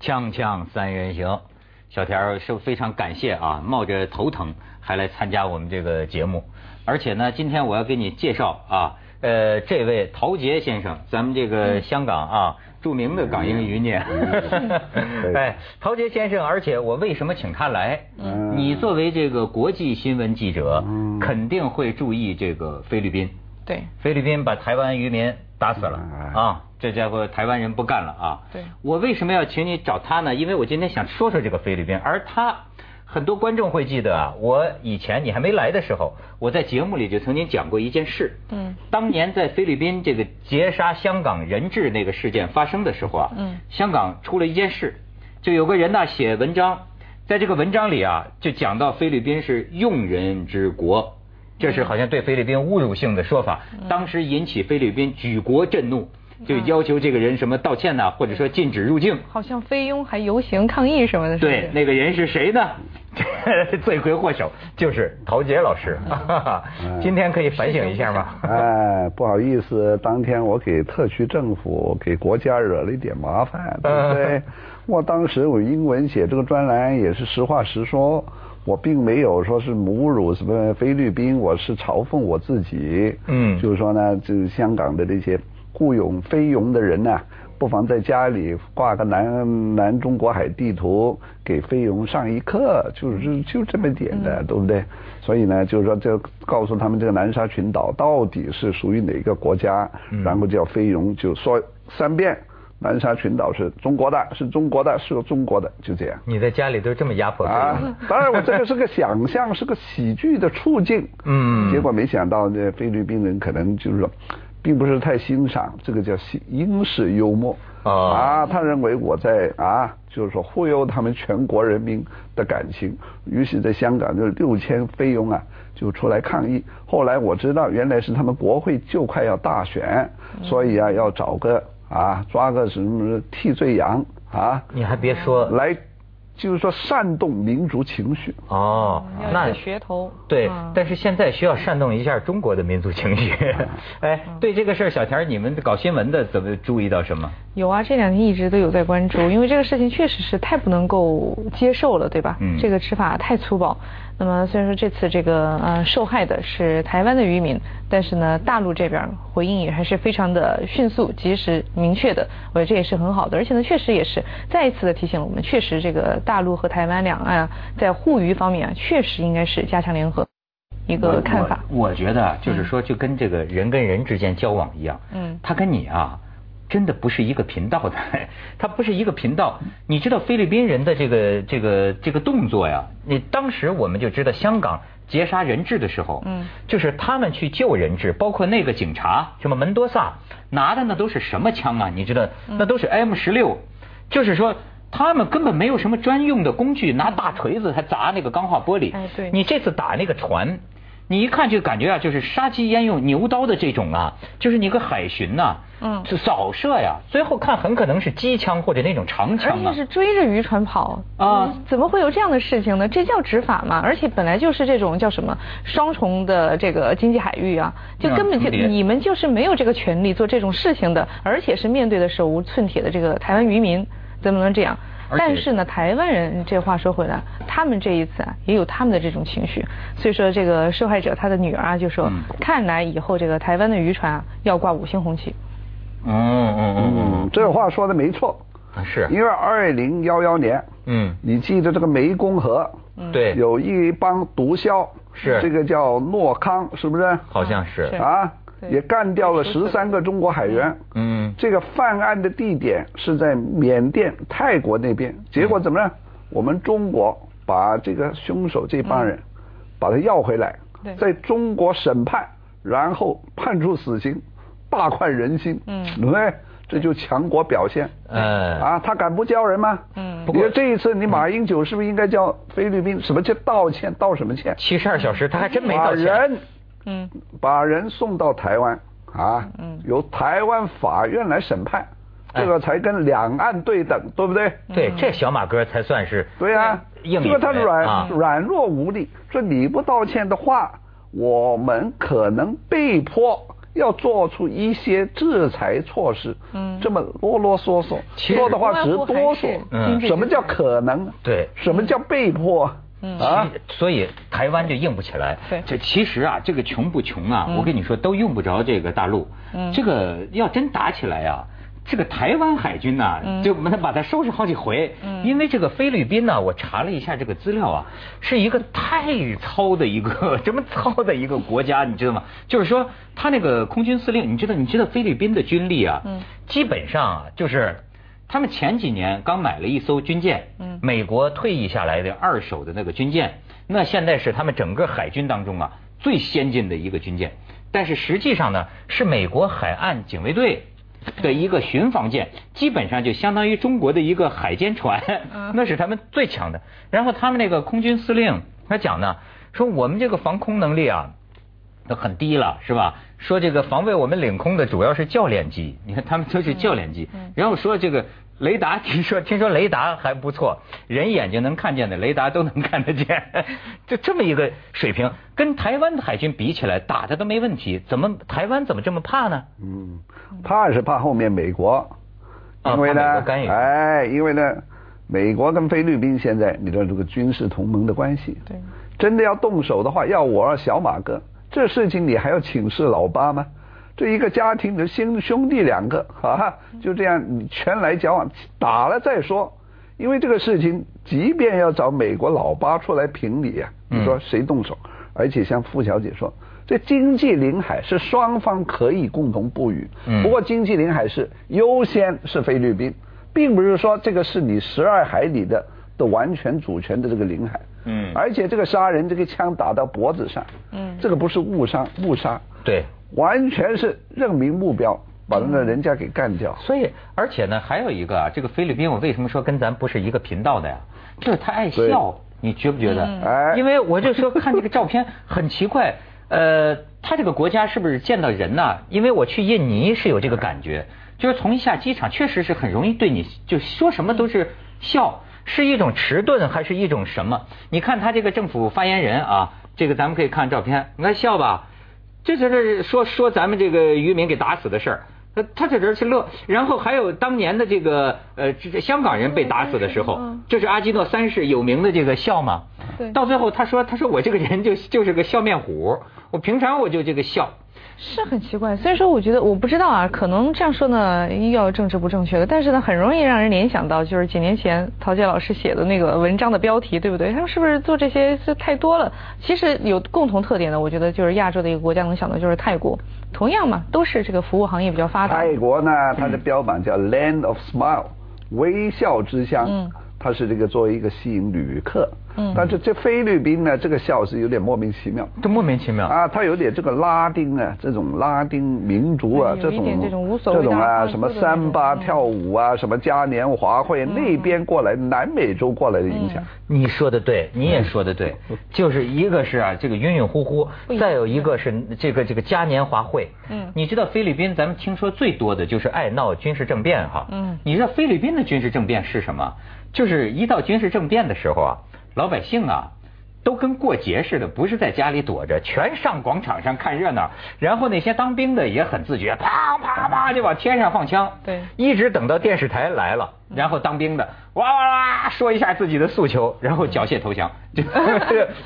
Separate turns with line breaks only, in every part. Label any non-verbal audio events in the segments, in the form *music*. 锵锵三人行，小田是非常感谢啊，冒着头疼还来参加我们这个节目，而且呢，今天我要给你介绍啊，呃，这位陶杰先生，咱们这
嗯
个香港啊。著名的港英余孽， *laughs* 哎，陶杰先生，而且我为什么请他来？
嗯
你作为这个国际新闻记者，
嗯
肯定会注意这个菲律宾。
对，
菲律宾把台湾渔民打死了
嗯
啊！这家伙台湾人不干了啊！
对
我为什么要请你找他呢？因为我今天想说说这个菲律宾，而他很多观众会记得啊，我以前你还没来的时候，我在节目里就曾经讲过一件事。
嗯
当年在菲律宾这个劫杀香港人质那个事件发生的时候啊，
嗯
香港出了一件事，就有个人呢写文章，在这个文章里啊，就讲到菲律宾是用人之国，这
嗯
是好像对菲律宾侮辱性的说法，当时引起菲律宾举国震怒，
嗯
就要求这个人什么道歉呐、或者说禁止入境。
好像菲佣还游行抗议什么的，是不
对
是，？
那个人是谁呢？ *laughs* 罪魁祸首就是陶杰老师，*laughs*
嗯
今天可以反省一下吗？
*laughs* 哎，不好意思，当天我给特区政府、给国家惹了一点麻烦，对不对？ *laughs* 我当时我英文写这个专栏也是实话实说，我并没有说是侮辱什么菲律宾，我是嘲讽我自己。
嗯
就是说呢，就是香港的这些雇佣菲佣的人呢、不妨在家里挂个南南中国海地图，给菲佣上一课，就是就这么点的，对不对？所以呢，就是说，就告诉他们这个南沙群岛到底是属于哪个国家，然后叫菲佣就说三遍，南沙群岛是中国的，是中国的，是中国的，就这样。
你在家里都这么压迫自己
啊，当然我这个是个想象，是个喜剧的处境。
嗯
结果没想到这菲律宾人可能就是说，并不是太欣赏这个叫西英式幽默。
哦
啊，他认为我在啊，就是说忽悠他们全国人民的感情，于是在香港就六千菲佣啊就出来抗议。后来我知道，原来是他们国会就快要大选，
嗯
所以啊要找个啊抓个什么替罪羊啊，
你还别说，
来，就是说煽动民族情绪。
哦，
要
那
一个噱头，
对
嗯，
但是现在需要煽动一下中国的民族情绪。哎，对这个事儿，小田儿，你们搞新闻的怎么注意到什么？
有啊，这两天一直都有在关注，因为这个事情确实是太不能够接受了，对吧？
嗯
这个执法太粗暴。那么虽然说这次这个呃受害的是台湾的渔民，但是呢，大陆这边儿回应也还是非常的迅速、及时、明确的，我觉得这也是很好的。而且呢，确实也是再一次的提醒了我们，确实这个大陆和台湾两岸啊，在护渔方面啊，确实应该是加强联合一个看法。
我我觉得啊就是说，就跟这个人跟人之间交往一样，
嗯
他跟你啊，真的不是一个频道的， *laughs* 他不是一个频道。你知道菲律宾人的这个这个这个动作呀？你当时我们就知道香港劫杀人质的时候，
嗯
就是他们去救人质，包括那个警察什么门多萨拿的那都是什么枪啊？你知道，
嗯
那都是 M 十六，就是说。他们根本没有什么专用的工具，拿大锤子还砸那个钢化玻璃。
哎对
你这次打那个船，你一看就感觉啊，就是杀鸡焉用牛刀的这种啊，就是你个海巡呐、
嗯
是扫射呀，最后看很可能是机枪或者那种长
而
枪
且
啊。
是追着渔船跑
啊
怎么会有这样的事情呢？这叫执法吗？而且本来就是这种叫什么双重的这个经济海域啊，就
嗯
根本就
重叠
你们就是没有这个权利做这种事情的，而且是面对的手无寸铁的这个台湾渔民，怎么能这样
而且？
但是呢，台湾人这话说回来，他们这一次啊，也有他们的这种情绪，所以说这个受害者他的女儿啊，就说，
嗯
看来以后这个台湾的渔船啊，要挂五星红旗。
嗯嗯
嗯，这话说的没错，
*laughs* 嗯，是，
因为二零幺幺年，
嗯，
你记得这个湄公河，
嗯
对，
有一帮毒枭，
是
这个叫诺康，是不是？
好像是，
是
啊，
对
也干掉了十三个中国海员。
嗯，
这个犯案的地点是在缅甸、泰国那
嗯
边，结果怎么呢？我们中国把这个凶手这帮人，把他要回来
嗯对，
在中国审判，然后判处死刑，大快人心，
嗯
对不对？这就强国表现。
呃，
啊，他敢不叫人吗？
嗯
不
你
过
说这一次你马英九是不是应该叫菲律宾什么叫道歉？道什么歉？
七十二小时他还真没
把
道歉。
人
嗯
把人送到台湾啊，由台湾法院来审判，
哎
这个才跟两岸对等，对不对？
对，
嗯
这小马哥才算是
对啊，
硬
这个他
一回啊
软软弱无力，说你不道歉的话，我们可能被迫要做出一些制裁措施。
嗯
这么啰啰嗦嗦，
其实
说的话只
不外乎还
哆
是
嗦。
嗯
什么叫可能？
对
什么叫被迫？
嗯
啊，
所以台湾就硬不起来。
对
这其实啊，这个穷不穷啊，
嗯
我跟你说都用不着这个大陆。
嗯
这个要真打起来呀、这个台湾海军呐、
嗯
就我们把它收拾好几回。
嗯
因为这个菲律宾呢、我查了一下这个资料啊，是一个太糙的一个 *laughs* 这么糙的一个国家，你知道吗？就是说他那个空军司令，你知道你知道菲律宾的军力啊，
嗯
基本上啊就是。他们前几年刚买了一艘军舰，
嗯
美国退役下来的二手的那个军舰，那现在是他们整个海军当中啊最先进的一个军舰，但是实际上呢是美国海岸警卫队的一个巡防舰，基本上就相当于中国的一个海监船
嗯，
那是他们最强的。然后他们那个空军司令他讲呢，说我们这个防空能力啊。都很低了，是吧？说这个防卫我们领空的主要是教练机，你看他们都是教练机。
嗯嗯
然后说这个雷达， *laughs* 听说听说雷达还不错，人眼睛能看见的雷达都能看得见， *laughs* 就这么一个水平，跟台湾的海军比起来，打的都没问题，怎么台湾怎么这么怕呢？
嗯，怕是怕后面美国，
啊
因为呢
怕美国干预，
哎，因为呢，美国跟菲律宾现在你知道这个军事同盟的关系，
对，
真的要动手的话，要我小马哥，这事情你还要请示老八吗？这一个家庭的兄兄弟两个啊，
嗯
就这样你拳来脚往打了再说，因为这个事情，即便要找美国老八出来评理啊，
嗯
你说谁动手？而且像傅小姐说，这经济领海是双方可以共同布雨，
嗯
不过经济领海是优先是菲律宾，并不是说这个是你十二海里的的完全主权的这个领海。
嗯
而且这个杀人，这个枪打到脖子上，
嗯
这个不是误伤，误杀，
对，
完全是认明目标，把那人家给干掉。
所以而且呢，还有一个啊，这个菲律宾，我为什么说跟咱不是一个频道的呀？就是他爱
对
笑，你觉不觉得？
嗯
哎
因为我就说看这个照片很奇怪， *laughs* 呃，他这个国家是不是见到人呐、因为我去印尼是有这个感觉，就是从一下机场确实是很容易对你就说什么都是笑，是一种迟钝还是一种什么？你看他这个政府发言人啊，这个咱们可以看照片，你看笑吧，这在这儿说说咱们这个渔民给打死的事儿。他他在这儿是乐，然后还有当年的这个呃，这这香港人被打死的时候
嗯，
这是阿基诺三世有名的这个笑嘛？
对
到最后他说他说我这个人就就是个笑面虎，我平常我就这个笑。
是很奇怪。所以说，我觉得我不知道啊，可能这样说呢要政治不正确了，但是呢，很容易让人联想到就是几年前陶杰老师写的那个文章的标题，对不对？他们是不是做这些就太多了？其实有共同特点的，我觉得就是亚洲的一个国家能想到就是泰国，同样嘛，都是这个服务行业比较发达。
哎
嗯
泰国呢，它的标榜叫 Land of Smile，微笑之乡。
嗯
它是这个作为一个吸引旅客，
嗯
但是这菲律宾呢，这个笑是有点莫名其妙
这莫名其妙。
啊，它有点这个拉丁啊，这种拉丁民族啊，
对
这
有一点
种
这种无所谓
这种
大
啊，
放
什么
肆的那种
三八
嗯
跳舞啊，什么嘉年华会那边过来，南美洲过来的影
嗯
响，
你说的对，你也说的对，就是一个是啊，这个晕晕乎乎
不一，样
再有一个是这个这个嘉年华会。
嗯
你知道菲律宾咱们听说最多的就是爱闹军事政变哈。
嗯
你知道菲律宾的军事政变是什么？就是一到军事政变的时候啊，老百姓啊。都跟过节似的，不是在家里躲着，全上广场上看热闹。然后那些当兵的也很自觉，啪啪啪就往天上放枪。
对嗯
一直等到电视台来了，然后当兵的哇哇哇说一下自己的诉求，然后缴械投降，就
*laughs*
*laughs*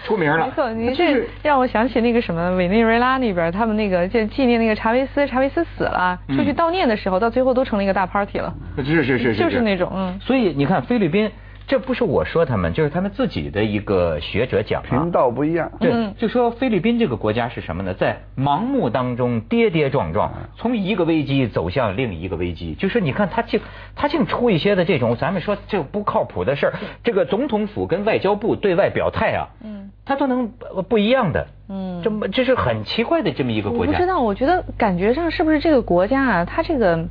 出名了。
嗯没错，您
就
这
是
让我想起那个什么委内瑞拉那边，他们那个就纪念那个查韦斯，查韦斯死了，
嗯
出去悼念的时候，到最后都成了一个大 party 了。
是是是是，
就是那种嗯
所以你看菲律宾，这不是我说他们，就是他们自己的一个学者讲啊
频。道不一样。
对
嗯，
就说菲律宾这个国家是什么呢？在盲目当中跌跌撞撞，
嗯
从一个危机走向另一个危机。就是你看他竟他竟出一些的这种咱们说这不靠谱的事儿，这个总统府跟外交部对外表态啊，
嗯，
他都能呃不一样的，
嗯
这么这是很奇怪的这么一个
我
国
不知
家。
道，我觉得感觉上是不是这个国家啊，它这个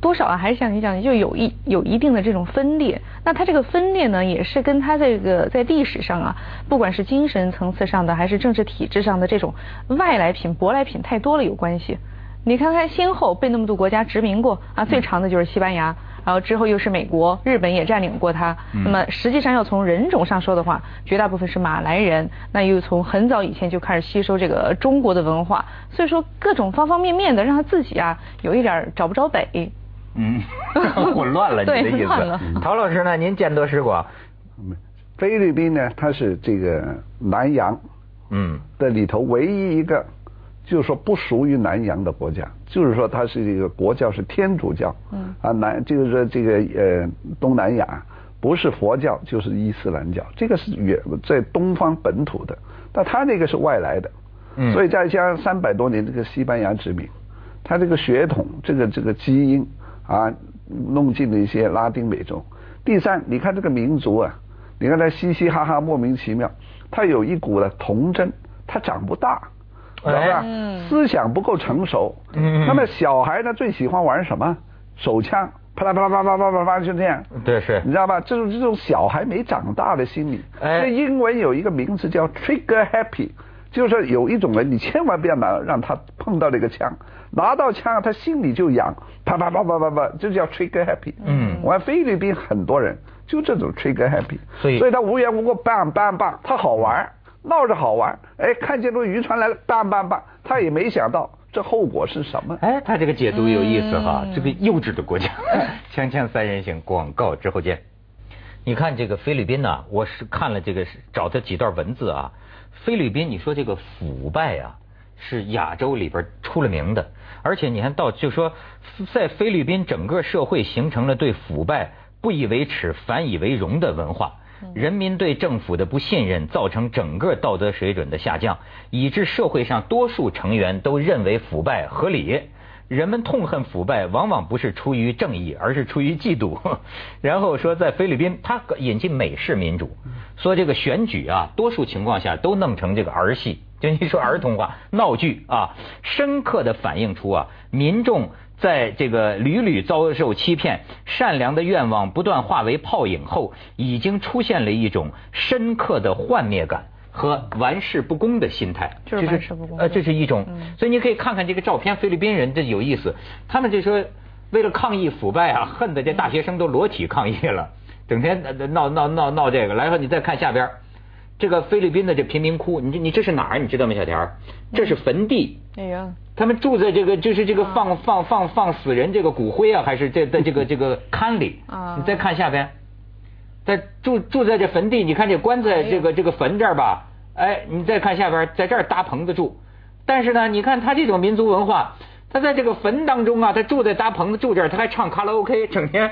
多少啊，还是像你讲的，就有一有一定的这种分裂。那它这个分裂呢，也是跟它这个在历史上啊，不管是精神层次上的，还是政治体制上的这种外来品、舶来品嗯太多了有关系。你看，它先后被那么多国家殖民过啊，最长的就是西班牙，然后之后又是美国、日本也占领过它。那么实际上要从人种上说的话，绝大部分是马来人，那又从很早以前就开始吸收这个中国的文化，所以说各种方方面面的，让他自己啊有一点儿找不着北。 *laughs*
嗯，混乱了你的
对
意
混乱了
思。陶老师呢？您见多识广，
菲律宾呢，它是这个南洋
嗯
的里头唯一一个，就是说不属于南洋的国家，就是说它是一个国教是天主教，
嗯
啊南就是说这个呃东南亚不是佛教就是伊斯兰教，这个是远在东方本土的，但它这个是外来的，
嗯
所以再加上三百多年这个西班牙殖民，它这个血统这个这个基因啊弄进了一些拉丁美洲。第三，你看这个民族啊，你看它嘻嘻哈哈莫名其妙，它有一股的童真，它长不大。知道吧
哎？
嗯
思想不够成熟。
嗯
那么小孩呢，最喜欢玩什么？手枪，啪啦啪啦啪啦啪啦啪啦啪啦，就这样。
对是
你知道吧？这种这种小孩没长大的心理，
哎
这英文有一个名词叫 trigger happy，就是说有一种人，你千万不要拿让他碰到这个枪，拿到枪他心里就痒，啪啪啪啪啪啪，这叫 trigger happy。
嗯
我看菲律宾很多人就这种 trigger happy，
所以
所以他无缘无故 bang bang bang，他好玩儿，闹着好玩儿，哎，看见这个渔船来了 bang bang bang，他也没想到这后果是什么。
哎，他这个解读有意思哈，
嗯
这个幼稚的国家。锵锵三人行，广告之后见。你看这个菲律宾呐、我是看了这个是找他几段文字啊。菲律宾，你说这个腐败啊，是亚洲里边出了名的，而且你看到就说在菲律宾整个社会形成了对腐败不以为耻、反以为荣的文化。人民对政府的不信任，造成整个道德水准的下降，以致社会上多数成员都认为腐败合理。人们痛恨腐败，往往不是出于正义，而是出于嫉妒。 *laughs* 然后说，在菲律宾，他引进美式民主，
嗯
说这个选举啊，多数情况下都弄成这个儿戏，就你说儿童化闹剧啊，深刻的反映出啊，民众在这个屡屡遭受欺骗，善良的愿望不断化为泡影后，已经出现了一种深刻的幻灭感。和玩世不恭的心态，
就是玩世不恭
呃，这是一种
嗯，
所以你可以看看这个照片，菲律宾人这有意思，他们就说为了抗议腐败啊，恨得这大学生都裸体抗议了，整天呃闹闹闹闹这个。来后你再看下边儿，这个菲律宾的这贫民窟，你这你这是哪儿？你知道吗，小田儿？这是坟地。
哎呀，
他们住在这个就是这个
啊
放放放放死人这个骨灰啊，还是这在这个这个龛里？
嗯啊
你再看下边，在住住在这坟地，你看这棺材这
哎
个这个坟这儿吧，哎，你再看下边，在这儿搭棚子住。但是呢，你看他这种民族文化，他在这个坟当中啊，他住在搭棚子住这儿，他还唱卡拉 OK，整天，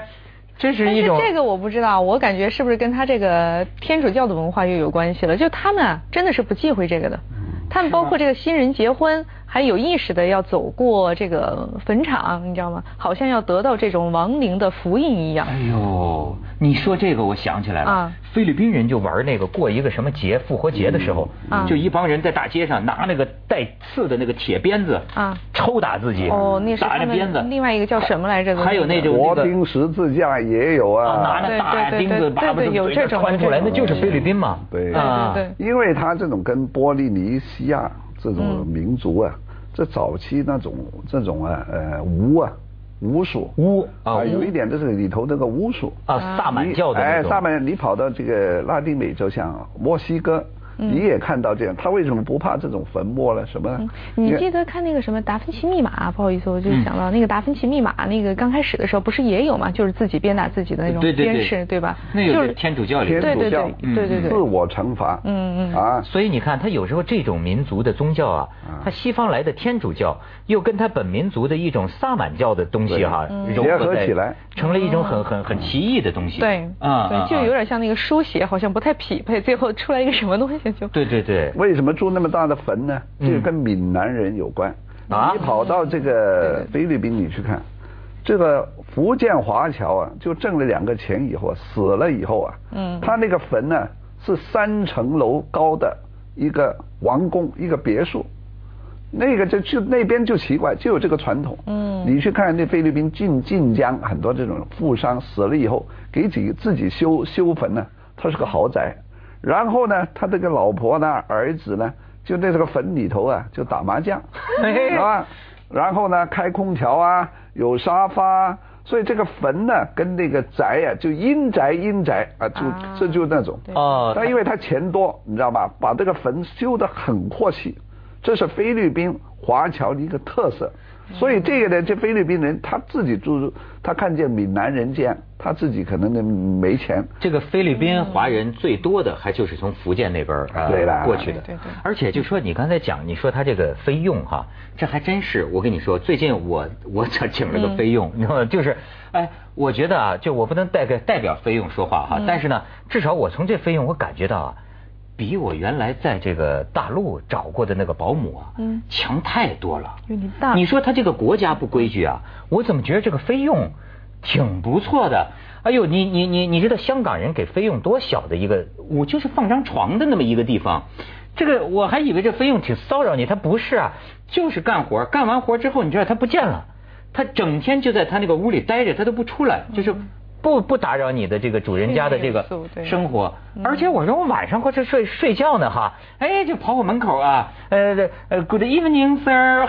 真是
但
一
是
种
这个我不知道，我感觉是不是跟他这个天主教的文化又有关系了？就他们啊，真的是不忌讳这个的。
嗯
他们包括这个新人结婚，还有意识的要走过这个坟场，你知道吗？好像要得到这种亡灵的福音一样。
哎呦，你说这个我想起来了，
啊
菲律宾人就玩那个过一个什么节，复活节的时候，
嗯啊
就一帮人在大街上拿那个带刺的那个铁鞭子，
啊
抽打自己，
哦那是
打
他
着
们
鞭子，
另外一个叫什么来着的
还有那种
国
那个
钉十字架也有
啊
啊，
拿着大
对对对
钉子
对
把把
对对有
嘴这
这种
穿出来，
有
那
这
种
就是菲律宾嘛，
对
啊，
对对对
*laughs* 因为他这种跟波利尼西亚这
嗯
种民族啊，这早期那种这种啊呃巫啊巫术
巫啊巫
有一点就是里头这个巫术
啊，萨满教的那
哎，
种
萨满，你跑到这个拉丁美洲，像墨西哥。你也看到这样，他为什么不怕这种坟墓了？什么
嗯
呢？
你记
看
得看那个什么《达芬奇密码》？不好意思，我就
嗯
想到那个《达芬奇密码》，那个刚开始的时候不是也有嘛，就是自己鞭打自己的那种
对对
鞭
对
笞，对吧？
那有
就
点
是
天主教里
天
边
对对
主教
对对对对
自我惩罚，
嗯嗯
啊，
所以你看，他有时候这种民族的宗教啊，他西方来的天主教又跟他本民族的一种萨满教的东西哈、
嗯
融合
结
在
合起来，
成了一种很很很奇异的东西。
嗯对，
啊、
对，
啊
就有。
啊
点像那个书写，好像不太匹配，最后出来一个什么东西就。
对对对，
为什么住那么大的坟呢？
嗯
这个跟闽南人有关。
啊
你跑到这个菲律宾，你去看，这个福建华侨啊，就挣了两个钱以后啊，死了以后啊，
嗯
他那个坟呢是三层楼高的一个王宫，一个别墅。那个就去那边就奇怪，就有这个传统。
嗯
你去看那菲律宾晋晋江很多这种富商死了以后，给自己自己修修坟呢，他是个豪宅。然后呢，他这个老婆呢、儿子呢，就在这个坟里头啊，就打麻将，是吧？然后呢，开空调啊，有沙发啊所以这个坟呢，跟那个宅呀、就阴宅阴宅啊，就
啊
这就是那种。
对
哦，
但因为他钱多，你知道吧？把这个坟修得很阔气，这是菲律宾华侨的一个特色。
嗯
所以这个呢，这菲律宾人他自己住，他看见闽南人这样，他自己可能呢没钱，
这个菲律宾华人最多的还就是从福建那边儿呃
对啦
过去的，
对对对
而且就说你刚才讲，你说他这个菲佣哈，这还真是。我跟你说，最近我我这请了
嗯
个菲佣， *laughs* 你知道吗？就是，哎，我觉得啊，就我不能代表代表菲佣说话哈，但是呢，至少我从这菲佣我感觉到啊。比我原来在这个大陆找过的那个保姆啊，
嗯
强太多了。
因为你大
你说他这个国家不规矩啊，我怎么觉得这个费用挺不错的？哎呦，你你你你知道香港人给费用多小的一个，我就是放张床的那么一个地方。这个我还以为这费用挺骚扰你，他不是啊，就是干活，干完活之后你知道他不见了，他整天就在他那个屋里待着，他都不出来，就是不不打扰你的这个主人家的这个
训练嗯有素对
生活。
嗯
而且我说我晚上或者睡睡觉呢哈，哎，就跑我门口啊，呃呃，Good evening,
*laughs*
sir，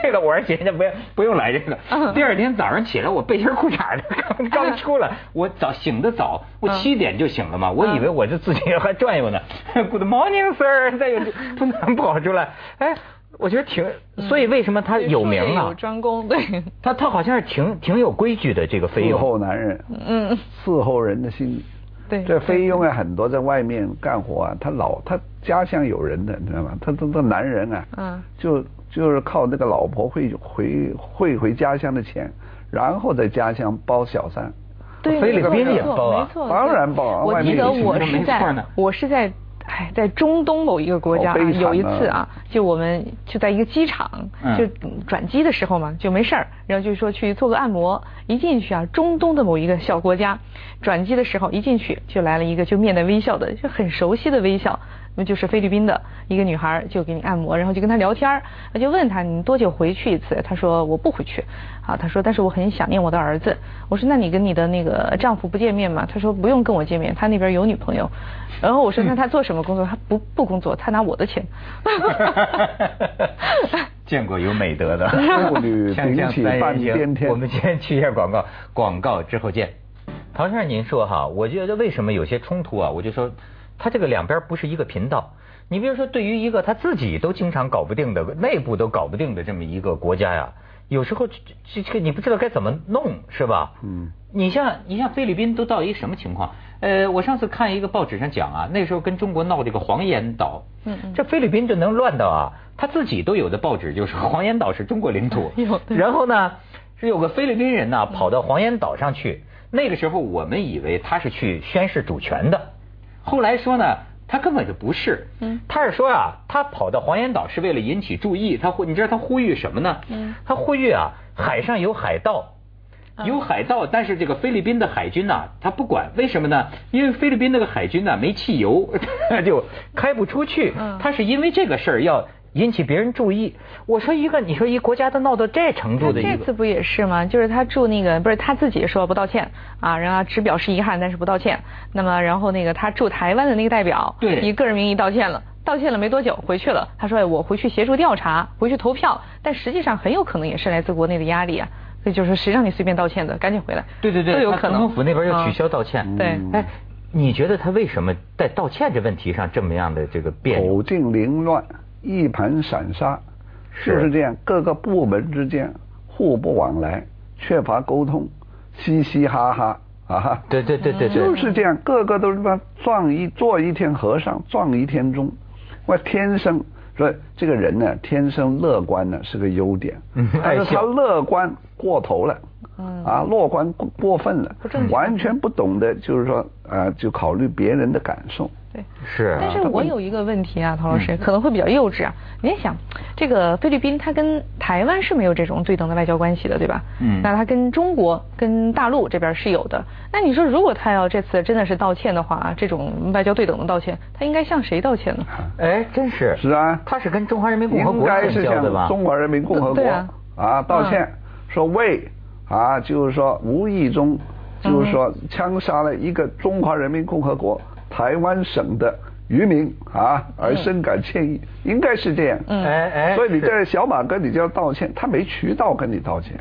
这 *laughs* 个我说姐姐不要不用来这个。
嗯
第二天早上起来，我背心裤衩的 *laughs* 刚刚出
嗯
来，我早醒得早，我七点就醒了嘛，我以为我这自己还转悠呢。Good *laughs* morning, sir，再有就从哪儿跑出来，哎。我觉得挺，所以为什么他有名
术业
啊
有？专攻，嗯对，
他他好像是挺挺有规矩的这个费
伺
用。
候男人，
嗯，
伺候人的心理。
对，
这菲佣啊，很多在外面干活啊，他老他家乡有人的，你知道吗？他他他男人啊，
嗯
就就是靠那个老婆会回汇回家乡的钱，然后在家乡包小三，
对，
菲律
没错
宾也
没错
包啊
没错
当
对
然包啊
我
外
记
面
得
有什么
我
没
是
错
在
呢，
我是在，哎，在中东某一个国家、
好悲惨
有一
啊
次啊，就我们就在一个机场，
嗯
就转机的时候嘛，就没事儿，然后就说去做个按摩，一进去啊，中东的某一个小国家，转机的时候一进去就来了一个就面带微笑的，就很熟悉的微笑。那就是菲律宾的一个女孩儿就给你按摩，然后就跟她聊天儿，我就问她你多久回去一次？她说我不回去，啊，她说但是我很想念我的儿子。我说那你跟你的那个丈夫不见面吗？她说不用跟我见面，他那边有女朋友。然后我说那他做什么工作？他不不工作，他拿我的钱。
*laughs* 见过有美德的 *laughs*
妇女
锵锵
顶起
三人
半
行
边天
我们先去一下广告，广告之后见。唐先生，您说哈，我觉得为什么有些冲突啊？我就说，他这个两边不是一个频道。你比如说，对于一个他自己都经常搞不定的、内部都搞不定的这么一个国家呀，有时候这这这个你不知道该怎么弄，是吧？
嗯。
你像你像菲律宾都到一什么情况？呃，我上次看一个报纸上讲啊，那时候跟中国闹这个黄岩岛，
嗯嗯，
这菲律宾就能乱到啊，他自己都有的报纸就是黄岩岛是中国领土
*laughs* 有对
然后呢是有个菲律宾人呢跑到黄岩岛上去，那个时候我们以为他是去宣示主权的，后来说呢。他根本就不是，
嗯
他是说啊，他跑到黄岩岛是为了引起注意，他呼，你知道他呼吁什么呢？
嗯
他呼吁啊，海上有海盗，有海盗，但是这个菲律宾的海军呐、他不管，为什么呢？因为菲律宾那个海军呐、没汽油， *laughs* 就开不出去
嗯。
他是因为这个事儿要引起别人注意。我说一个，你说一国家都闹到这程度的
他
一
啊这次
个，
不也是吗？就是他住那个，不是他自己说不道歉啊，然后只表示遗憾，但是不道歉。那么然后那个他驻台湾的那个代表，
对
以个人名义道歉了。道歉了没多久，回去了。他说：“哎，我回去协助调查，回去投票。”但实际上很有可能也是来自国内的压力啊。所以就是谁让你随便道歉的，赶紧回来。
对对对，
都有可
他
能。
总统府那边要
啊
取消道歉。
对
哎，你觉得他为什么在道歉这问题上这么样的这个别扭？
口径凌乱，一盘散沙，
是
就是这样，各个部门之间互不往来，缺乏沟通，嘻嘻哈哈啊，
对对对对对，
就是这样，个个都他妈撞一做一天和尚撞一天钟，我天生。所以这个人呢，天生乐观呢是个优点
嗯，
但
爱
是
笑
他乐观过头了，
嗯
啊，乐观过过分了
不正，确
完全不懂得就是说，啊，就考虑别人的感受。
对。
啊
是啊嗯
但是我有一个问题啊，陶老师可能会比较幼稚啊。你在想，这个菲律宾它跟台湾是没有这种对等的外交关系的，对吧？
嗯
那它跟中国、跟大陆这边是有的。那你说，如果他要这次真的是道歉的话，这种外交对等的道歉，他应该向谁道歉呢？
哎，真是
是啊
他是跟中华人民共和
应
国
该
建
是
交
向
的吧？
中华人民共和国
对啊
道歉，说为啊，就是说无意
嗯
中，就是说枪杀了一个中华人民共和国台湾省的渔民啊而深感歉意，应该是这样。
嗯
哎哎，
所以你
是
这小马哥，你就要道歉，他没渠道跟你道
*laughs*
歉。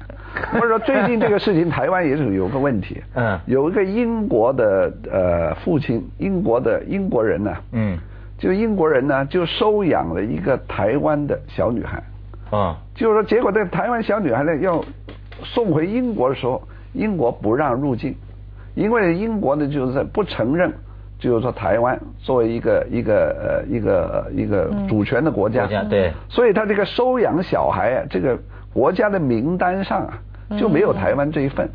或者说最近这个事情，台湾也是有个问题，
嗯
有一个英国的呃父亲，英国的英国人呢、
嗯
就英国人呢就收养了一个台湾的小女孩，
嗯
就是说结果这个台湾小女孩呢要送回英国的时候，英国不让入境，因为英国呢就是不承认。就是说，台湾作为一个一个呃一个一个主权的国家，
国家对
所以他这个收养小孩啊，这个国家的名单上啊就没有台湾这一份，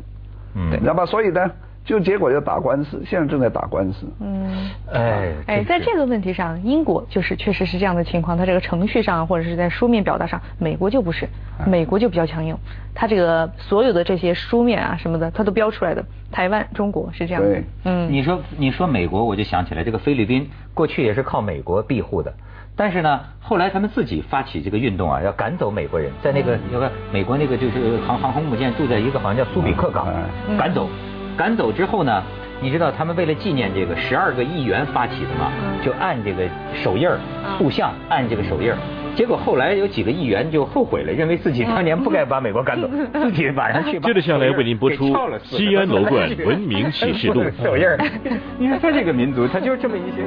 嗯，
那么所以呢，就结果就打官司，现在正在打官司，
嗯。
哎
哎，
真
在
是
这个问题上，英国就是确实是这样的情况，它这个程序上或者是在书面表达上，美国就不是，美国就比较强硬，它这个所有的这些书面啊什么的，它都标出来的。台湾、中国是这样的
对，
嗯，
你说你说美国，我就想起来这个菲律宾过去也是靠美国庇护的，但是呢，后来他们自己发起这个运动啊，要赶走美国人，在
嗯
那个有个美国那个就是航航空母舰住在一个好像叫苏比克港
嗯，
嗯
赶走，赶走之后呢，你知道他们为了纪念这个十二个议员发起的嘛，
嗯
就按这个手印儿
嗯
塑像，按这个手印儿。结果后来有几个议员就后悔了，认为自己当年不该把美国赶走，
嗯
自己晚上去把
接着下来
手印儿
为您播
给
出
撬了四个
西安楼
*laughs*
冠文明启示录
手印儿你说他这个民族，他就是这么一些。